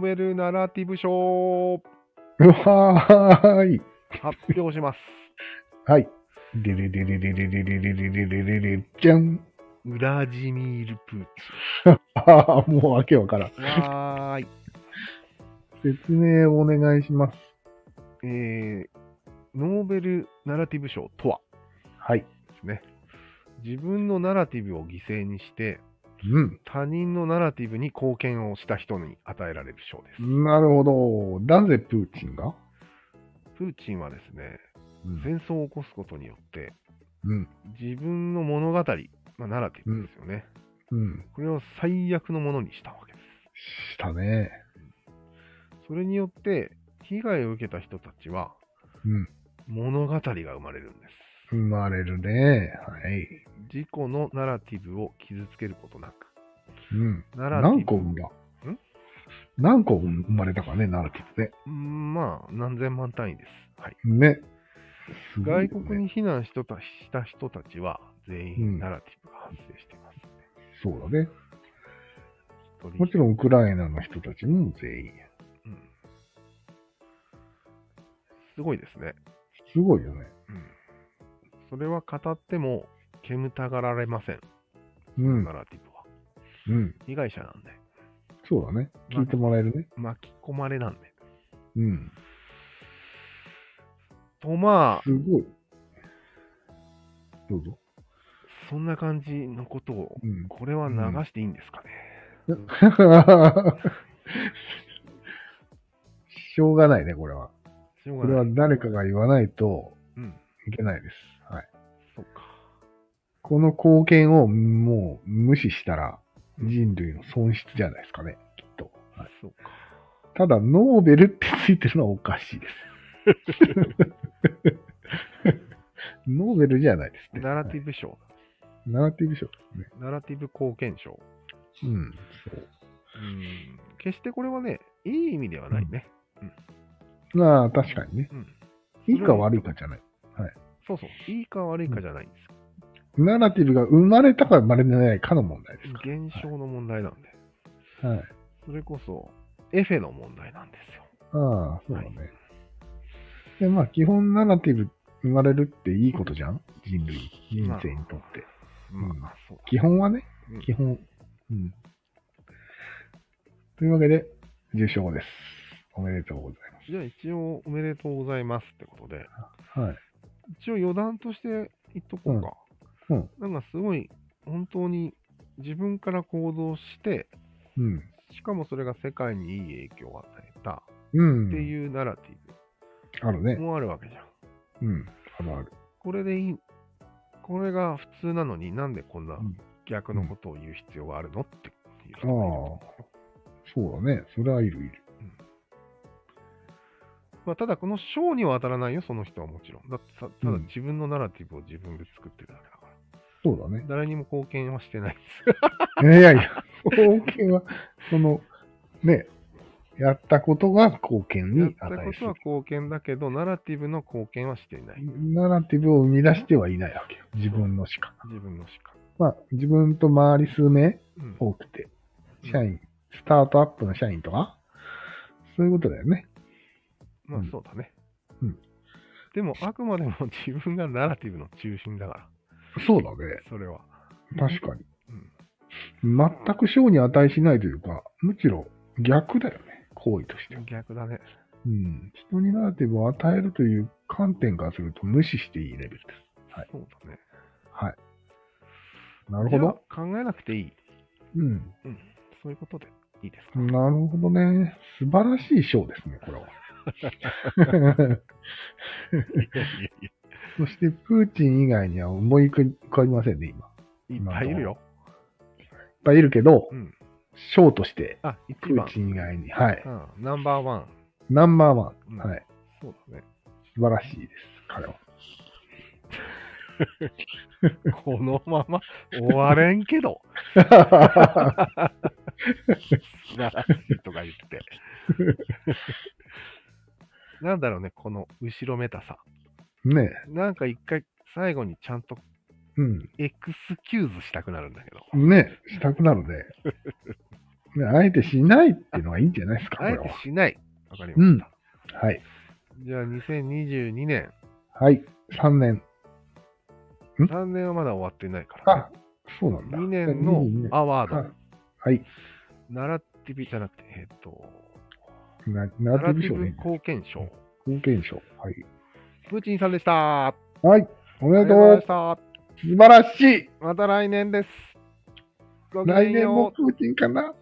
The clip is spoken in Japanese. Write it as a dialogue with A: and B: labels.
A: べるナラティブ賞を
B: うわーい。
A: 発表します。
B: はい。でれれれれれれれれれれれれれじゃん。
A: ウラジミール・プー
B: ああ、もうわけわからん。
A: チン。わーい。
B: 説明をお願いします。
A: えー、ノーベル・ナラティブ賞とは
B: はい。
A: ですね。自分のナラティブを犠牲にして、
B: うん。
A: 他人のナラティブに貢献をした人に与えられる賞です。
B: なるほど。なぜプーチンが
A: プーチンはですね、
B: うん。
A: 戦争を起こすことによって、
B: うん。
A: 自分の物語、まあ、ナラティブですよね。
B: うん。
A: これを最悪のものにしたわけです。
B: したね。
A: それによって、被害を受けた人たちは、
B: うん
A: 物語が生まれるんで
B: 生まれるね。はい。
A: す。自己のナラティブを傷つけることなく、
B: うん。
A: ナラティブ
B: 何個産んだ
A: ん
B: 何個生まれたかね、ナラティブね。
A: うんまあ、何千万単位です。はい、
B: ね。すごい
A: 外
B: よね
A: 国に避難したたした人たちは、全
B: うん
A: 員ナラティブが発生しています、
B: そうだね。
A: 一人
B: もちろんウクライナの人たちも全員。
A: うんすごいですね。
B: すごいよね。
A: うんそれは語っても、煙たがられません、
B: うん
A: ナ。ラティブは。
B: うん。
A: 被害者なんで、
B: そうだね。聞いてもらえるね。
A: 巻き込まれなんで。
B: うん。
A: とまあ、
B: すごい。どうぞ。
A: そんな感じのことを、
B: うん。
A: これは流していいんですかね。
B: しょうがないね、これは。
A: しょうが
B: これ
A: な。
B: はい誰かが言わないと
A: うん、
B: いけないです。はい。
A: そうか。
B: この貢献をもう無視したら人類の損失じゃないですかね、きっと。はい
A: そうか。
B: ただ、ノーベルってついてるのはおかしいです。 ノーベルじゃないですね。
A: ナラテ
B: ィ
A: ィブ賞、
B: ブ。ナラティブ賞ですね。
A: ナラティブ貢献賞。
B: うん。
A: う
B: そう。
A: ん、決してこれはね、いい意味ではないね。
B: まあ、確かにね。
A: うん、
B: いいか悪いかじゃない。
A: そうそう、いいか悪いかじゃないんです。
B: ナラティブが生まれたか生まれてないかの問題ですか
A: 現象の問題なんで。
B: ら。はい。
A: それこそ、エフェの問題なんですよ。
B: ああ、そうだね。で、まあ、基本ナラティブ生まれるっていいことじゃん人類、人生にとって。
A: ま
B: うん
A: あ、そうだ
B: 基本はね、
A: うん
B: 基本。うん。というわけで、受賞です。おめでとうござい
A: じゃあ一応おめでとうございますってことで、
B: ます。はい。
A: 一応余談として言っとこうか。
B: うん
A: なんかすごい、本当に自分から行動して、
B: うん。
A: しかもそれが世界にいい影響を与えた
B: うん。
A: っていうナラティ
B: ある
A: ブ
B: ね。
A: もあるわけじゃん。
B: うん。あるある。
A: これでいい、これが普通なのになんでこんな
B: うん
A: 逆のことを言う必要があるのっていう
B: ああ
A: 人もいると思うよ。
B: そうだね。それはいるいる。
A: まあ、ただこの賞には当たらないよ、その人はもちろん。だってさただ
B: うん
A: 自分のナラティブを自分で作ってるだけだから。
B: そうだね。
A: 誰にも貢献はしてないです。
B: いやいやいや、貢献は、その、ね、やったことが貢献
A: やっ
B: に
A: た
B: 値
A: こ
B: す
A: とは
B: る。
A: 貢献だけど、ナラティブの貢献はしていない。
B: ナラティブを生み出してはいないわけよ。自分のしか。
A: 自分のしか。
B: まあ、自分と周り数名
A: うん
B: 多くて、社員、スタートアップの社員とか、そういうことだよね。
A: まあ
B: うん
A: そうだね。
B: うん
A: でも、あくまでも 自分がナラティブの中心だから、
B: そうだね。
A: それは。
B: 確かに。
A: うん
B: 全く賞に値しないというか、むしろ逆だよね。行為としては。
A: 逆だね。
B: うん。人にナラティブを与えるという観点からすると無視していいレベルです。はい
A: そうだね。
B: なるほ
A: じゃあ
B: ど。
A: 考えなくていい。
B: うん。
A: うん。そういうことで いいですか。
B: なるほどね。素晴らしい賞ですね、これは。 そして、プーチン以外には思い浮かびませんね、今。いっ
A: いっぱいいるよ。
B: ぱいいるけど
A: う、ん。
B: 賞として、
A: あ、一
B: プ
A: 番
B: ー。チン以外に、はい。
A: うん。ナンバーワン。
B: ナンバーワ
A: うん
B: ン。はい。
A: そうだね。
B: 素晴らしいです、彼は。
A: このまま終われんけど。素晴らしいとか言 って。なんだろうね、この後ろめたさ。
B: ね
A: なんか一回、最後にちゃんとエクスキューズしたくなるんだけど。
B: え。うん。ねえ。したくなるね。ねあえてしないっていうのがいいんじゃないですか、こ
A: あ
B: れ
A: え
B: は
A: て。しない。わかり
B: う
A: まし
B: ん
A: た。
B: はい。
A: じゃあ、2022年。
B: はい。3年。ん
A: 3年はまだ終わってないから、ね
B: あ。、そうなんだ。
A: 2年の
B: 二年
A: アワード。
B: はいはい。
A: ナラティブじゃなくて、えっと、
B: な
A: ナ
B: ナラ
A: ラ
B: テ
A: テ
B: ィ
A: ィ
B: ブ賞
A: ブ
B: ね。
A: 貢献賞。
B: 貢献賞。はい。
A: プーチンさんでした。あ
B: はい。おめ
A: り
B: で
A: がと
B: と
A: うございま
B: う
A: し。た。
B: 素晴らしい。
A: また来年です。ごきげん
B: 来年
A: よう
B: もプーチンかな